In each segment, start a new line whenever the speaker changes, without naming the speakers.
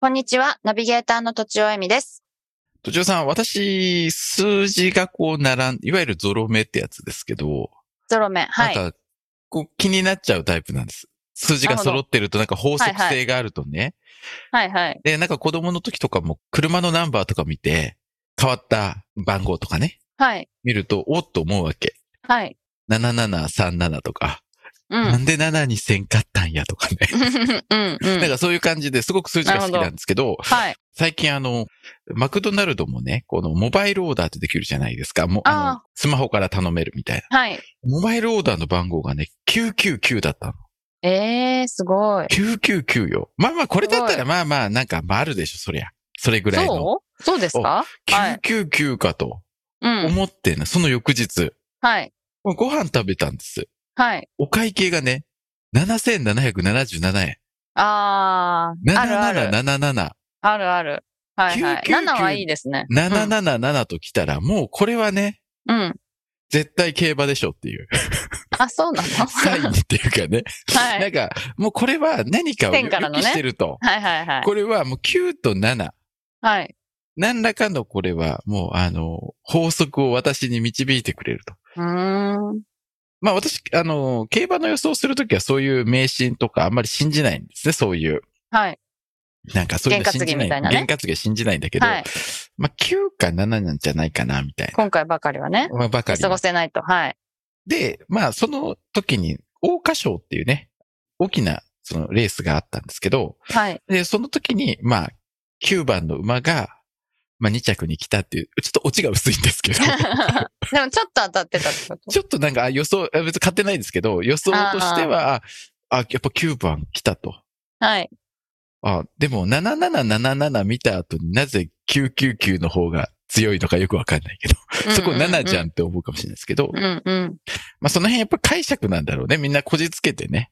こんにちは。ナビゲーターのとちおえみです。
土壌さん、私、数字がこう並ん、いわゆるゾロ目ってやつですけど、
ゾロ目。はい。
なんか、こう気になっちゃうタイプなんです。数字が揃ってるとなんか法則性があるとね。
はいはい。
で、なんか子供の時とかも車のナンバーとか見て、変わった番号とかね、
はい。
見ると、おっと思うわけ。
はい。
7737とか、
うん。
なんで7にせんかったんやとかね。
うん。う
なん
ん。
かそういう感じですごく数字が好きなんですけど、
はい。
最近あの、マクドナルドもね、このモバイルオーダーってできるじゃないですか。もあの
あ
スマホから頼めるみたいな。
はい。
モバイルオーダーの番号がね、999だったの。
ええー、すごい。
999よ。まあまあ、これだった
す
ら
ご
まあまあ、なんか、まああるでしょ、そりゃ。それぐらいの。
そうそうですかはい
999かと
うん。
思ってね、その翌日、
はい。
ご飯食べたんです。
はい。
お会計がね、7777円。
あー。あるある。
7777。
あるある。はいはい。
999
7はいいですね。
777と来たら、もうこれはね、
うん。
絶対競馬でしょっていう。
あ、そうなの
サインっていうかね。
はい
なんか、もうこれは何かを予
天からの
期
ね
してると。
はいはいはい。
これはもう9と7。
はい。
何らかのこれはもうあの、法則を私に導いてくれると。
うーん。
まあ私、あの、競馬の予想するときはそういう迷信とかあんまり信じないんですね、そういう。
はい。
なんかそういうの信じない。
験担ぎみたいなね
験担ぎは信じないんだけど、
はい。
まあ9か7なんじゃないかな、みたい
今回ばかりはね。
な。まあばか
見
り
過。ごせないと。はい。
で、まあその時に、桜花賞っていうね、大きなそのレースがあったんですけど、
はい。
で、その時に、まあ、9番の馬が、まあ、2着に来たっていう、ちょっとオチが薄いんです けど、
でもちょっと当たってたってこと
ちょっとなんかあ予想、あ別に買ってないんですけど、予想としては、ああやっぱ9番来たと。
はい。
あ、でも7777見た後になぜ999の方が強いのかよくわかんないけど、そこ7じゃ
ん。
んって思うかもしれないですけど、
うんうん。
まあその辺やっぱ解釈なんだろうね。みんなこじつけてね。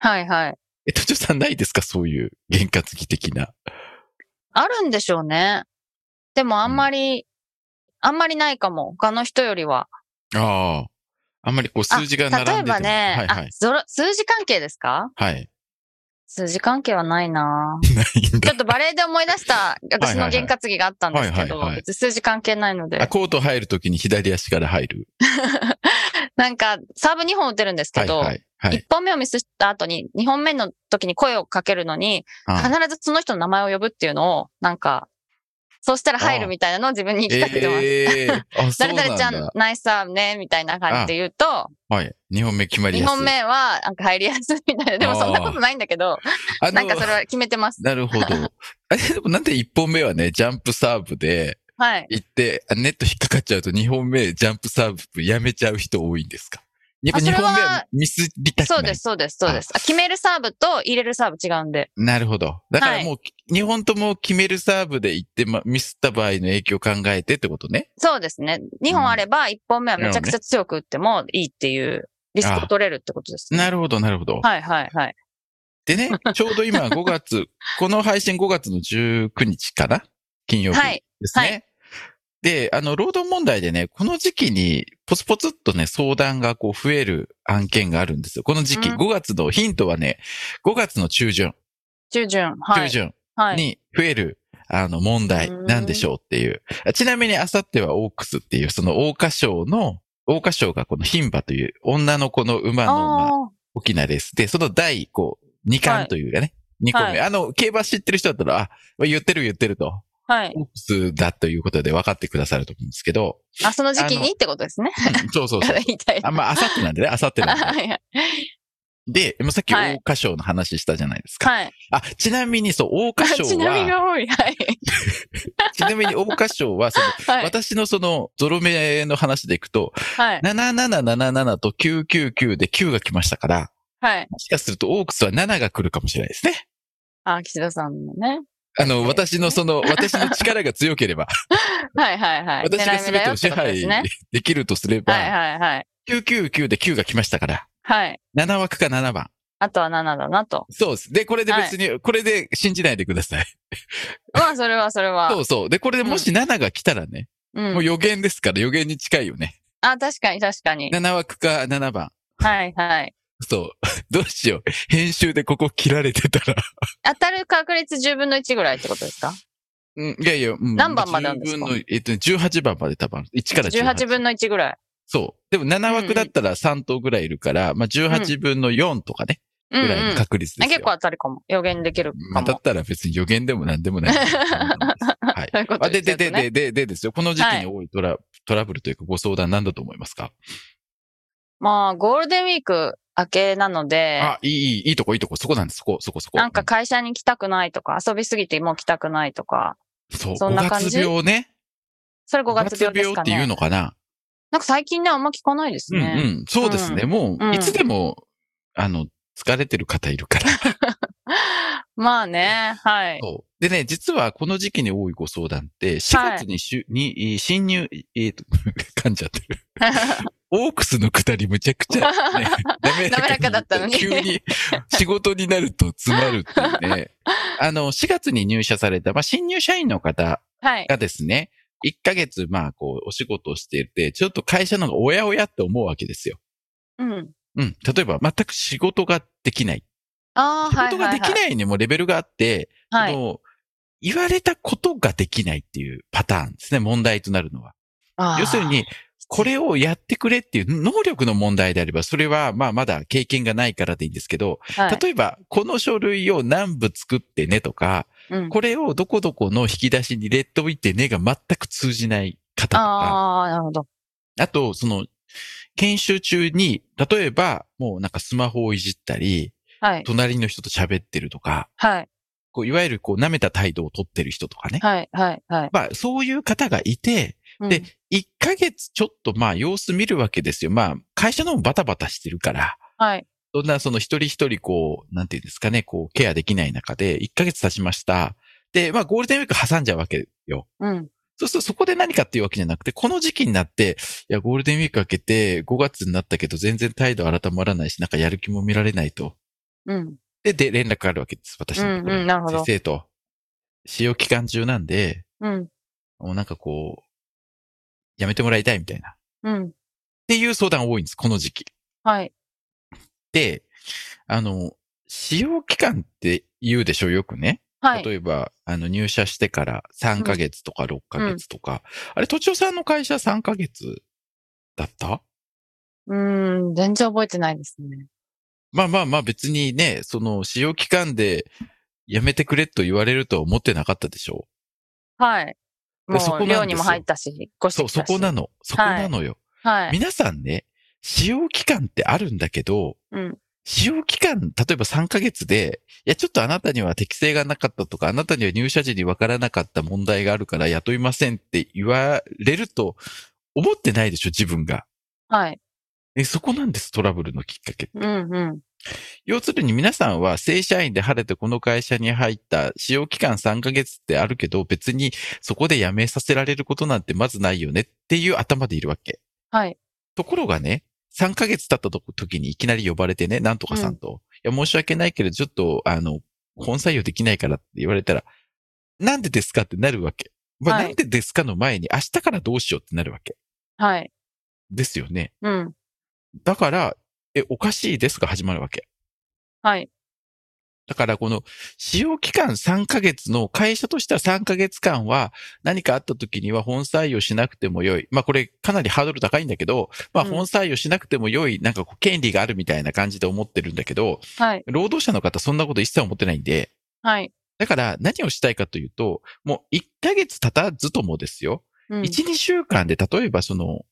はいはい。
え、途中さんないですかそういう原担ぎ的な。
あるんでしょうね。でもあんまり、あんまりないかも。他の人よりは。
ああ。あんまりこう
あ
数字が並んでて
例え
も
ばね、
はいはい
あ。ゾロ数字関係ですか
はい。
数字関係はないな
ないん
ち
だ
ょっとバレエで思い出 した
はいはい
私
は
の
い
験担ぎがあったんですけど、
はいはいはい
別に数字関係ない の
あ
で。
コート入るときに左足から入る。
なんか、サーブ2本打てるんです
は
け
い
ど、
はい。はい
1。本目をミスした後に、2本目の時に声をかけるのに、必
あ
ずその人の名前を呼ぶっていうのを、なんか、そうしたら入るみたいなのを自分に言い聞かせてます。
ええあ、そう
誰
なん
々ちゃん
だ。、
ナイスサーブね、みたいな感じで言うと、
はい。二本目決まり
2
やすい。
本目はなんか入りやすいみたいな。でもそんなことないんだけど、
あの
なんかそれは決めてます。
なるほど。 あれ、でもなんで一本目はね、ジャンプサーブで
はい。
行って、あネット引っかかっちゃうと二本目ジャンプサーブやめちゃう人多いんですかやっぱ
あそ
二
れは
本目はミスりたくない。
そうです、そうです、そうです。あ決めるサーブと入れるサーブ違うんで。
なるほど。だから
はい
もう、二本とも決めるサーブで行って、ま、ミスった場合の影響を考えてってことね。
そうですね。2本あれば1本目はめちゃくちゃ強く打ってもいいっていうリスクを取れるってことです、ね。
なるほど、なるほど。
はいはいはい。
で ね、ちょうど今5月、この配信5月の19日かな金曜日
はい
ですね。
はい
で、あの、労働問題でね、この時期にポツポツっとね、相談がこう増える案件があるんですよ。この時期、
うん
5月のヒントはね、5月の中旬、
中旬。は
中
い。
旬
はい。
に増える、あの、問題
うん
なんでしょうっていう。ちなみに、あさってはオークスっていう、その桜花賞の、桜花賞がこの牝馬という女の子の馬の、まあ
あ
大きなレースで、その第、こう、2
は
巻
い
というかね、二2個目。あの、競馬知ってる人だったら、あ、言ってる言ってると、
あ、はい。
オープスだということで分かってくださると思うんですけ ど、
あ、その時期にってことですね。
うんそうそうそう。
言いたい。
あ、まあ、あさってなんでね、あさってなん
はいはい。
で。で、もうさっき
はい
桜花賞の話したじゃないですか。
はい。
あ、ちなみにそう、桜花賞は、
ちなみが多い。はい。
ちなみに桜花賞は、その、
はい。
私のその、ゾロ目の話でいくと、
はい。
7777と999で9が来ましたから、
はい。
もしかするとオークスは7が来るかもしれないですね。
あ、岸田さんのね。
あの、私のその、私の力が強ければ、
はいはいはい。
私が
狙い目
全
だ
て
よ
を
っ
支
てことで
配
すね。
できるとすれ
はい
ば、
はいはい。
999で9が来ましたから、
はい。
7枠か7番。
あとは7だなと。
そうです。で、これで別に、これで信じないでください。
まあ、それはそれは。
そうそう。で、これでもし7が来たらね、
うん
もう予言ですから予言に近いよね。
あ、確かに確かに。
7枠か7番。
はいはい。
そう。 どうしよう。編集でここ切られてたら。
当たる確率10分の1ぐらいってことですか
うん、いやいや、うん
何番までなんですか
10分のえっとね、18番まで多分。1から18。
?18 分の1ぐらい。
そう。でも7枠だったら3頭ぐらいいるから、まあ18分の4とかね、
うんう
ぐらいの
ん。
確率で
あ
すよ。
結構当たるかも。予言できる
まあだ
か
っ
も。
たら別に予言でも何でも ない。はい。
そういうこと
あで、
す
で、
よね
で、で、で、でですよ。この時期に多いトラ,、トラブルというかご相談なんだと思いますか、
まあ、ゴールデンウィーク明けなので、
あ、いい、いい、いいとこ、いいとこ、そこなんです。そこ、そこ、そこ。
なんか会社に来たくないとか、遊びすぎてもう来たくないとか、
そう、
そんな感
五月
じ
病ね。
それ5月病です
五月病
か
っていう
ね。
のかな、
なんか最近ね、あんま聞かないです
うんう
ね。
ん。そうですね。
う
も
う
う、
ん
いつでも、あの、疲れてる方いるから。
まあね、はい。
そう。でね、実はこの時期に多いご相談って、4月にしゅ、に、えー新入、えーと、 噛んじゃってる。オークスの下りむちゃくちゃ、ね、滑
滑らかだったのに
急に仕事になると詰まるっていうね。あの、4月に入社された、まあ、新入社員の方
はい。
がですね、1ヶ月、まあ、こう、お仕事をしていて、ちょっと会社の方がおやおやって思うわけですよ。
うん。
うん。例えば、全く仕事ができない。
ああ、
仕
はい。
事ができ
い。
ないにもレベルがあって、
は
そ
い。
の言われたことができないっていうパターンですね、問題となるのは。
あー
要する、に、これをやってくれっていう能力の問題であれば、それはまあまだ経験がないからでいいんですけど、
はい
例えば、この書類を何部作ってねとか、
うん
これをどこどこの引き出しに入れておいてねが全く通じない方とか、
ああ、なるほど。
あと、その、研修中に、例えば、もうなんかスマホをいじったり、
はい。
隣の人と喋ってるとか、
はい。
こういわゆるこう舐めた態度を取ってる人とかね。
はい。はい。はい。
まあ、そういう方がいて、
うん
で1ヶ月ちょっとまあ様子見るわけですよ。まあ、会社の方もバタバタしてるから、
はい。
そんなその一人一人こう、なんていうんですかね、こう、ケアできない中で、1ヶ月経ちました。で、まあ、ゴールデンウィーク挟んじゃうわけよ。
うん。
そうするとそこで何かっていうわけじゃなくて、この時期になって、いや、ゴールデンウィーク明けて5月になったけど全然態度改まらないし、なんかやる気も見られないと。
うん。
で、で、連絡があるわけです。私のところに
うんうんなるほど
先生と、使用期間中なんで、
うん。
もうなんかこう、やめてもらいたいみたいな。っ
うん。
ていう相談多いんです、この時期。
はい。
で、あの、使用期間って言うでしょ、よくね。
はい。
例えば、あの、入社してから3ヶ月とか6ヶ月とか。あれ、都庁さんの会社3ヶ月だった
うーん。全然覚えてないですね。
まあまあまあ別にね、その、使用期間でやめてくれと言われるとは思ってなかったでしょ
はい。も
そこな
う、
んですよ
寮にも入ったし、ご
そう、そこな
の。
の。そこなのよ。
はい。
皆さんね、使用期間ってあるんだけど、
うん。
使用期間、例えば3ヶ月で、いや、ちょっとあなたには適性がなかったとか、あなたには入社時に分からなかった問題があるから雇いませんって言われると、思ってないでしょ、自分が。
はい。
え、そこなんです、トラブルのきっかけ。
うん。うん。
要するに皆さんは正社員で晴れてこの会社に入った使用期間3ヶ月ってあるけど、別にそこで辞めさせられることなんてまずないよねっていう頭でいるわけ。
はい。
ところがね、3ヶ月経ったとこ時にいきなり呼ばれてね、なんとかさんと、いや、申し訳ないけど、ちょっと、あの、本採用できないからって言われたら、なんでですかってなるわけ。まあ、
はい
なんでですかの前に、明日からどうしようってなるわけ。
はい。
ですよね。
うん。
だから、え、おかしいですが始まるわけ。
はい。
だから、この、使用期間3ヶ月の、会社としては3ヶ月間は、何かあった時には本採用しなくてもよい。まあ、これ、かなりハードル高いんだけど、まあ、
うん
本採用しなくてもよい、なんかこう、権利があるみたいな感じで思ってるんだけど、
はい。
労働者の方そんなこと一切思ってないんで、
はい。
だから何をしたいかというと、もう1ヶ月経たずともですよ。
うん。
1、2週間で例えばその、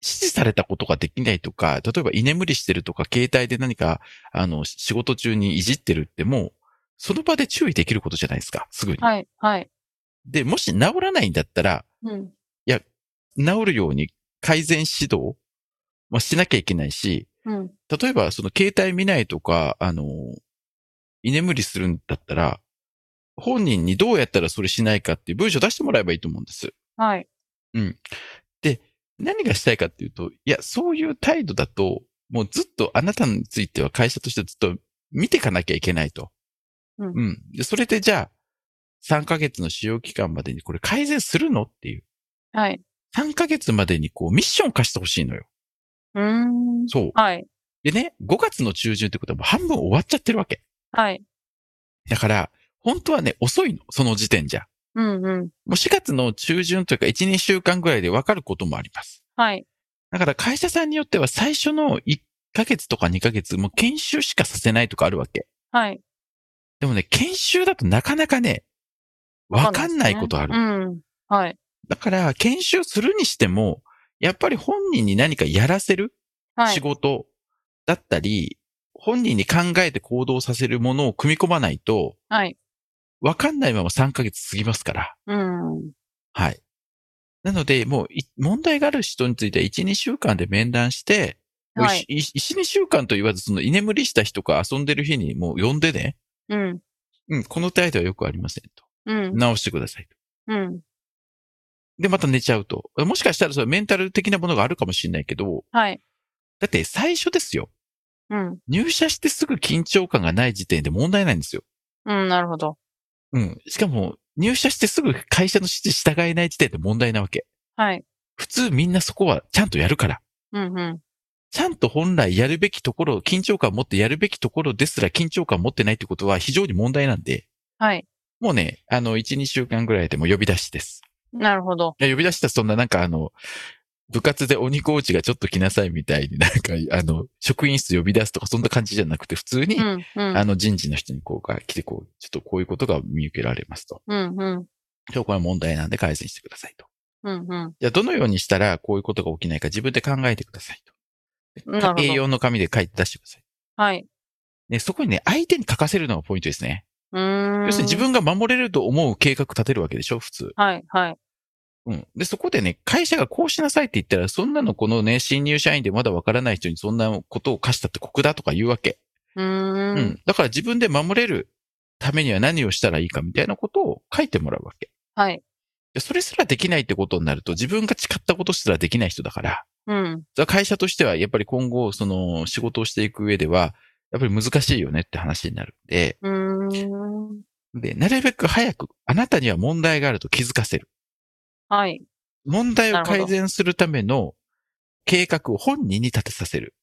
指示されたことができないとか、例えば居眠りしてるとか、携帯で何か、あの、仕事中にいじってるってもう、その場で注意できることじゃないですか、すぐに。
はい。はい。
で、もし治らないんだったら、
うん。
治るように改善指導もしなきゃいけないし、
うん。
例えば、その携帯見ないとか、あの、居眠りするんだったら、本人にどうやったらそれしないかっていう文章を出してもらえばいいと思うんです。
はい。
何がしたいかっていうと、いや、そういう態度だと、もうずっとあなたについては会社としてずっと見ていかなきゃいけないと。
うん
うん。で、それでじゃあ、3ヶ月の使用期間までにこれ改善するのっていう。
はい。
3ヶ月までにこうミッション化してほしいのよ。
うーん。
そう。
はい。
でね、5月の中旬ってことはもう半分終わっちゃってるわけ。
はい。
だから、本当はね、遅いの。その時点じゃ。
うんうん。
もう4月の中旬というか1、2週間ぐらいで分かることもあります。
はい。
だから会社さんによっては最初の1ヶ月とか2ヶ月、もう研修しかさせないとかあるわけ。
はい。
でもね、研修だとなかなかね、分かんないことある。
うん。はい。
だから、研修するにしても、やっぱり本人に何かやらせる
は
仕
い。
事だったり、本人に考えて行動させるものを組み込まないと、
はい。
わかんないまま3ヶ月過ぎますから。
うん。
はい。なので、もうい、問題がある人については1、2週間で面談して、もう
はい。
い1、2週間と言わず、その居眠りした日とか遊んでる日にもう呼んでね、
うん。
うん、この態度はよくありませんと。
うん。
直してくださいと。
うん。
で、また寝ちゃうと。もしかしたらそれメンタル的なものがあるかもしれないけど、
はい。
だって最初ですよ。
うん。
入社してすぐ緊張感がない時点で問題ないんですよ。
うん。なるほど。
うん。しかも、入社してすぐ会社の指示従えない時点で問題なわけ。
はい。
普通みんなそこはちゃんとやるから。
うんうん。
ちゃんと本来やるべきところ、緊張感を持ってやるべきところですら緊張感を持ってないってことは非常に問題なんで、
はい。
もうね、あの、1、2週間ぐらいでもう呼び出しです。
なるほど。
いや、呼び出したらそんななんかあの、部活で鬼コーチがちょっと来なさいみたいになんか、あの、職員室呼び出すとかそんな感じじゃなくて、普通に、
うん。うん。
あの人事の人にこうが来てこう、ちょっとこういうことが見受けられますと。
うんうん。
今日これは問題なんで改善してくださいと。
うんうん。
じゃあどのようにしたらこういうことが起きないか自分で考えてくださいと。
なるほど
A4 の紙で書いて出してください。
はい。
ね、そこにね、相手に書かせるのがポイントですね。
うーん。
要するに自。分が守れると思う計画立てるわけでしょ、普通。
はい。はい。
うん。で、そこでね、会社がこうしなさいって言ったら、そんなのこのね、新入社員でまだわからない人にそんなことを課したって酷だとか言うわけ。
う
う
ーん。
だから自分で守れるためには何をしたらいいかみたいなことを書いてもらうわけ。
はい。
でそれすらできないってことになると、自分が誓ったことすらできない人だから、
うん。
だから会社としてはやっぱり今後、その仕事をしていく上では、やっぱり難しいよねって話になるんで、
うーん。
で、なるべく早く、あなたには問題があると気づかせる。
はい。
問題
な
を
るほど
改善するための計画を本人に立てさせる。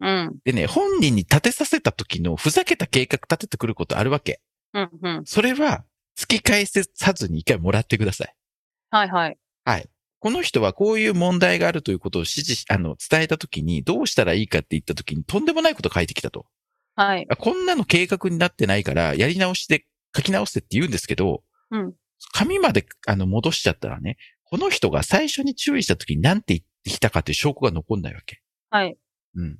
うん。
でね、本人に立てさせた時のふざけた計画立ててくることあるわけ。
うんうん。
それは、突き返せさずに一回もらってください。
はいはい。
この人はこういう問題があるということを指示し、あの、伝えた時に、どうしたらいいかって言った時に、とんでもないこと書いてきたと。
はい。
あこんなの計画になってないから、やり直しで書き直せって言うんですけど、
うん
紙まであの戻しちゃったらね、この人が最初に注意した時に何て言ってきたかっていう証拠が残んないわけ。
はい。
うん。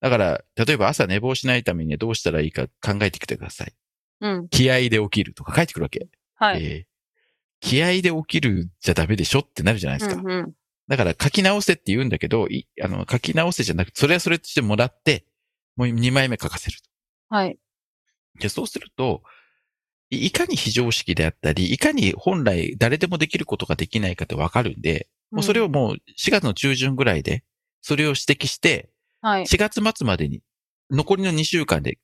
だから、例えば朝寝坊しないためにはどうしたらいいか考えてきてください。
うん。
気合で起きるとか書いてくるわけ。
はい。
えー気合で起きるじゃダメでしょってなるじゃないで
う
すか。
んうん。
だから書き直せって言うんだけど、いあの書き直せじゃなくて、それはそれとしてもらって、もう2枚目書かせる。
はい。
で、そうすると、いいかに非常識であったり、いかに本来誰でもできることができないかってわかるんで、もうそれを
ん、
もう4月の中旬ぐらいで、それを指摘して、
はい。
4月末までに、残りの2週間で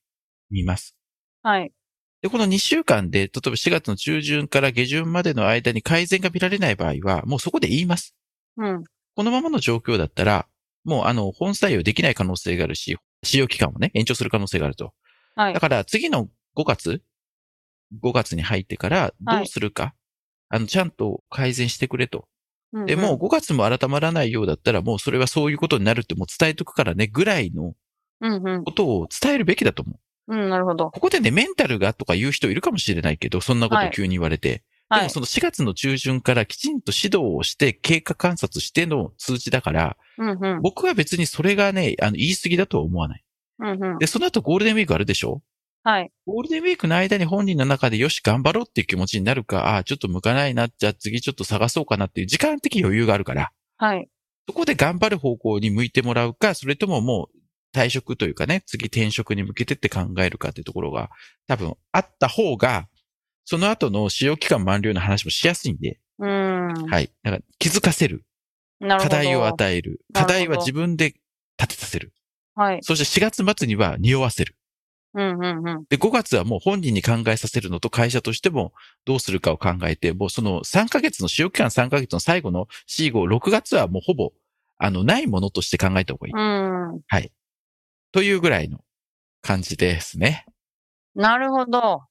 見ます。
はい。
で、この2週間で、例えば4月の中旬から下旬までの間に改善が見られない場合は、もうそこで言います。
うん。
このままの状況だったら、もうあの、本採用できない可能性があるし、使用期間もね、延長する可能性があると。
はい
だ。から次の5月 ?5 月に入ってからどうするか、あの、ちゃんと改善してくれと。
うんうん
で、もう、5月も改まらないようだったら、もうそれはそういうことになるってもう伝えとくからね、ぐらいの
うんうん。
ことを伝えるべきだと思う。
うん、なるほど。
ここでね、メンタルがとか言う人いるかもしれないけど、そんなこと急に言われて。
は
でも
い。
その4月の中旬からきちんと指導をして、経過観察しての通知だから、
うんうん。
僕は別にそれがね、あの、言い過ぎだとは思わない。
うんうん。
で、その後ゴールデンウィークあるでしょ
はい。
ゴールデンウィークの間に本人の中でよし、頑張ろうっていう気持ちになるか、ああ、ちょっと向かないな、じゃあ次ちょっと探そうかなっていう時間的余裕があるから、
はい。
そこで頑張る方向に向いてもらうか、それとももう退職というかね、次転職に向けてって考えるかっていうところが、多分あった方が、その後の使用期間満了の話もしやすいんで、
うん。
はい。だから気づかせる。
なるほど。
課題を与える。
なる
課
ほど
題は自分で立てさせる。
はい。
そして4月末には匂わせる。
うんうんうん。
で、5月はもう本人に考えさせるのと会社としてもどうするかを考えて、もうその3ヶ月の使用期間3ヶ月の最後の C5、6月はもうほぼ、あの、ないものとして考えた方がいい。
うん。
というぐらいの感じですね。
なるほど。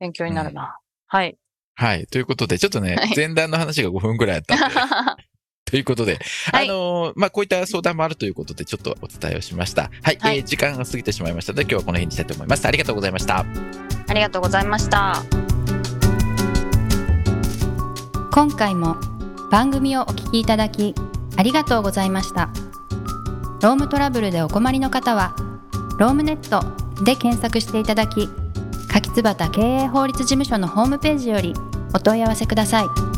勉強になるな。はい。
はい。ということで、ちょっとね
はい、
前段の話が5分ぐらいあったん で。ということで、
はい
あのーまあ、こういった相談もあるということで、ちょっとお伝えをしました。はい。
はい
えー時間が過ぎてしまいましたので、今日はこの辺にしたいと思います。ありがとうございました。
ありがとうございました。
今回も番組をお聞きいただきありがとうございましたロームトラブルでお困りの方はロームネットで検索していただき柿椿経営法律事務所のホームページよりお問い合わせください